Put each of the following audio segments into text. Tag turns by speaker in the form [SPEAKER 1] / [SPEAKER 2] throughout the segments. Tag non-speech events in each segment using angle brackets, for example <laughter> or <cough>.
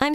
[SPEAKER 1] I'm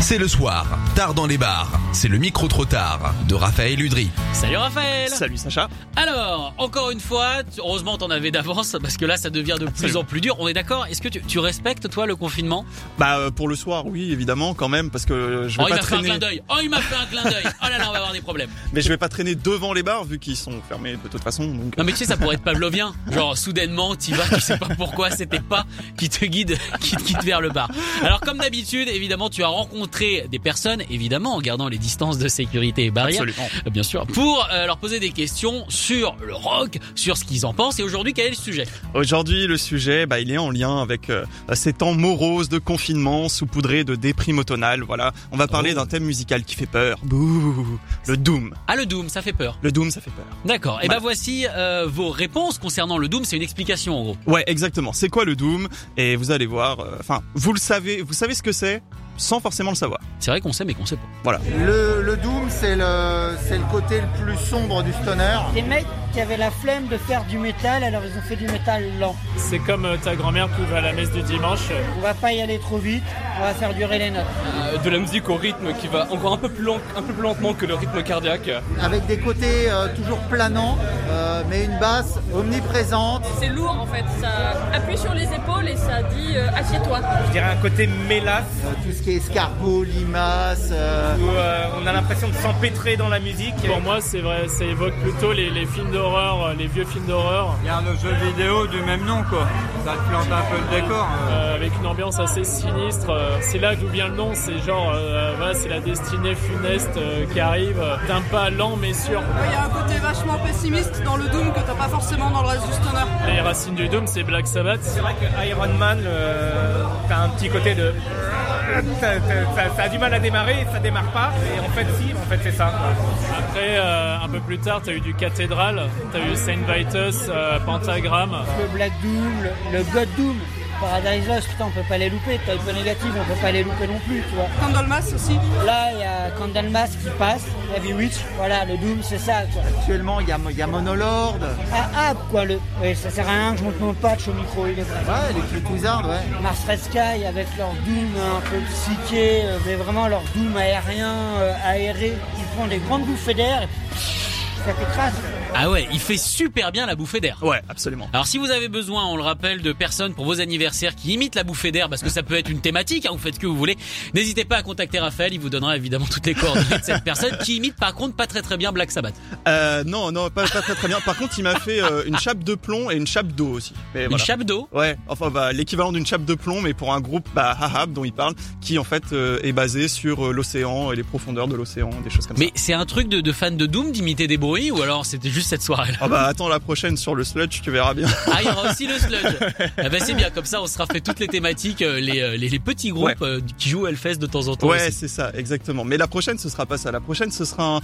[SPEAKER 2] C'est le soir, tard dans les bars. C'est le micro trop tard de Raphaël Udry.
[SPEAKER 3] Salut Raphaël
[SPEAKER 4] Salut Sacha.
[SPEAKER 3] Alors, encore une fois, tu- heureusement t'en avais d'avance parce que là ça devient de plus
[SPEAKER 4] Absolument.
[SPEAKER 3] en plus dur. On est d'accord Est-ce que tu, tu respectes toi le confinement
[SPEAKER 4] Bah euh, pour le soir, oui, évidemment, quand même, parce que euh, je vais
[SPEAKER 3] Oh il
[SPEAKER 4] pas
[SPEAKER 3] m'a fait un clin
[SPEAKER 4] traîner.
[SPEAKER 3] d'œil Oh il m'a fait un clin d'œil Oh là là on va avoir des problèmes
[SPEAKER 4] Mais je vais pas traîner devant les bars vu qu'ils sont fermés de toute façon. Donc,
[SPEAKER 3] Non mais tu sais ça pourrait être pavlovien Genre soudainement t'y vas, tu sais pas pourquoi, c'était pas qui te guide, qui te guide vers le bar. Alors comme d'habitude, évidemment tu as rencontré des personnes, évidemment en gardant les distances de sécurité et barrières.
[SPEAKER 4] absolument.
[SPEAKER 3] Euh, Bien sûr. Pour euh, leur poser des questions sur le rock, sur ce qu'ils en pensent. Et aujourd'hui, quel est le sujet
[SPEAKER 4] euh, Aujourd'hui, le sujet, bah, il est en lien avec euh, ces temps moroses de confinement, saupoudrés de déprime automnale. Voilà, on va parler
[SPEAKER 3] Oh.
[SPEAKER 4] d'un thème musical qui fait peur. Bouh, le doom.
[SPEAKER 3] Ah, le Doom, ça fait peur.
[SPEAKER 4] Le doom, ça fait peur.
[SPEAKER 3] D'accord. Et ben
[SPEAKER 4] Voilà.
[SPEAKER 3] voici euh, vos réponses concernant le Doom. C'est une explication en gros.
[SPEAKER 4] Ouais, exactement. C'est quoi le doom Et vous allez voir. euh, Enfin, vous le savez, vous savez ce que c'est sans forcément le savoir.
[SPEAKER 3] C'est vrai qu'on sait, mais qu'on sait pas.
[SPEAKER 5] Le, le Doom, c'est le, c'est le côté le plus sombre du stoner.
[SPEAKER 6] Des mecs qui avaient la flemme de faire du métal, alors ils ont fait du métal lent.
[SPEAKER 7] C'est comme euh, ta grand-mère qui va à la messe du dimanche. euh,
[SPEAKER 6] On va pas y aller trop vite, on va faire durer les notes.
[SPEAKER 7] de la musique au rythme qui va encore un peu plus, un peu plus lentement que le rythme cardiaque.
[SPEAKER 5] Avec des côtés euh, toujours planants, euh, mais une basse omniprésente.
[SPEAKER 8] C'est lourd en fait, ça appuie sur les épaules et ça dit euh, assieds-toi.
[SPEAKER 7] Je dirais un côté mélasse
[SPEAKER 5] euh, tout ce qui est escargot, limace. euh,
[SPEAKER 7] où on a l'impression de s'empêtrer dans la musique. Pour moi, c'est vrai, ça évoque plutôt les, les films d'horreur, euh, les vieux films d'horreur,
[SPEAKER 9] Il y a un jeu vidéo du même nom quoi. Ça te plante un peu le décor. euh.
[SPEAKER 7] euh, avec une ambiance assez sinistre. euh, C'est là d'où vient le nom, c'est genre, euh, voilà, c'est la destinée funeste euh, qui arrive euh, d'un pas lent mais sûr.
[SPEAKER 8] Il y a un côté vachement pessimiste dans le Doom que t'as pas forcément dans le reste du stoner.
[SPEAKER 7] Les racines du Doom, c'est Black Sabbath. C'est vrai que Iron Man, euh, t'as un petit côté de. Ça, a du mal à démarrer et ça démarre pas. Et en fait, si, en fait, c'est ça. Après, euh, un peu plus tard, t'as eu du Cathédrale, t'as eu Saint Vitus, euh, Pentagram.
[SPEAKER 6] Le Black Doom, le, le God Doom, Paradise Lost, putain, on peut pas les louper. Type négative, on peut pas les louper non plus, tu vois.
[SPEAKER 8] Candlemas aussi.
[SPEAKER 6] Là, il y a Candlemas qui passe, Heavy Witch, voilà, le Doom, c'est ça, quoi.
[SPEAKER 5] actuellement, il y a, il y a Monolord.
[SPEAKER 6] Ah, ah, quoi, le. ouais, ça sert à rien que je monte mon patch au micro, il est vrai.
[SPEAKER 5] Ouais, les Critouzards, ouais.
[SPEAKER 6] Mars Red Sky avec leur doom un peu psyché, euh, mais vraiment leur doom aérien, euh, aéré. Ils font des grandes bouffées d'air et puis, ça t'écrase.
[SPEAKER 3] Ah ouais, il fait super bien la bouffée d'air.
[SPEAKER 4] Ouais, absolument.
[SPEAKER 3] Alors si vous avez besoin, on le rappelle, de personnes pour vos anniversaires qui imitent la bouffée d'air, parce que ça peut être une thématique, hein, vous faites ce que vous voulez, n'hésitez pas à contacter Raphaël, il vous donnera évidemment toutes les coordonnées de cette personne qui imite par contre pas très très bien Black Sabbath.
[SPEAKER 4] Euh, non, non, pas, pas très très bien. Par contre, il m'a fait euh, une chape de plomb et une chape d'eau aussi. Mais
[SPEAKER 3] Une
[SPEAKER 4] voilà.
[SPEAKER 3] chape d'eau
[SPEAKER 4] Ouais, enfin bah, l'équivalent d'une chape de plomb, mais pour un groupe bah, Hahab dont il parle, qui en fait euh, est basé sur euh, l'océan et les profondeurs de l'océan, des choses comme ça.
[SPEAKER 3] Mais c'est un truc de, de fan de Doom d'imiter des bruits, ou alors c'était juste cette soirée
[SPEAKER 4] Ah bah attends la prochaine sur le sludge, tu verras bien.
[SPEAKER 3] Ah, il y aura aussi le
[SPEAKER 4] <laughs>
[SPEAKER 3] sludge. Ah bah, c'est bien, comme ça on sera fait toutes les thématiques, euh, les, euh, les, les petits groupes
[SPEAKER 4] Ouais.
[SPEAKER 3] euh, qui jouent au Hellfest de temps en temps.
[SPEAKER 4] <laughs> Ouais,
[SPEAKER 3] aussi.
[SPEAKER 4] c'est ça, exactement. Mais la prochaine, ce sera pas ça. La prochaine, ce sera un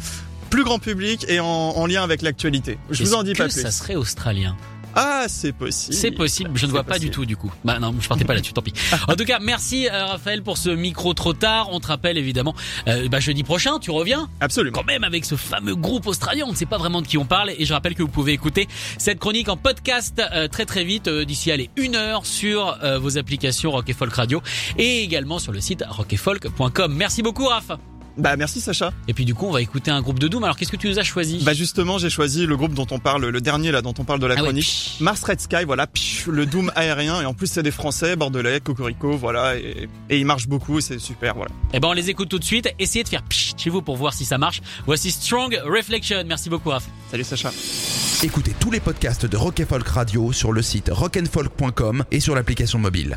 [SPEAKER 4] plus grand public et en, en lien avec l'actualité. Je vous en dis
[SPEAKER 3] Est-ce
[SPEAKER 4] pas
[SPEAKER 3] que
[SPEAKER 4] plus.
[SPEAKER 3] ça serait australien.
[SPEAKER 4] Ah, c'est possible.
[SPEAKER 3] C'est possible, je ne
[SPEAKER 4] C'est
[SPEAKER 3] vois pas du
[SPEAKER 4] possible.
[SPEAKER 3] tout du coup. Bah non, je partais pas là-dessus,
[SPEAKER 4] <laughs>
[SPEAKER 3] tant pis. En tout cas, merci euh, Raphaël pour ce micro trop tard. On te rappelle évidemment, euh, bah, jeudi prochain, tu reviens
[SPEAKER 4] Absolument.
[SPEAKER 3] quand même avec ce fameux groupe australien. On ne sait pas vraiment de qui on parle et je rappelle que vous pouvez écouter cette chronique en podcast euh, très très vite euh, d'ici allez une heure sur euh, vos applications Rock et Folk Radio et également sur le site rocketfolk.com. Merci beaucoup Raph.
[SPEAKER 4] Bah merci Sacha.
[SPEAKER 3] Et puis du coup, on va écouter un groupe de Doom. Alors qu'est-ce que tu nous as choisi
[SPEAKER 4] Bah justement, j'ai choisi le groupe dont on parle, le dernier là dont on parle de la
[SPEAKER 3] Ah ouais.
[SPEAKER 4] chronique. Mars Red Sky, voilà, pfiou, le Doom aérien, et en plus c'est des Français, Bordelais, Cocorico, voilà, et, et ils marchent beaucoup, c'est super, voilà.
[SPEAKER 3] Eh ben on les écoute tout de suite. Essayez de faire pchit chez vous pour voir si ça marche. Voici Strong Reflection. Merci beaucoup Raph.
[SPEAKER 4] Salut Sacha.
[SPEAKER 2] Écoutez tous les podcasts de Rock and Folk Radio sur le site rockandfolk.com et sur l'application mobile.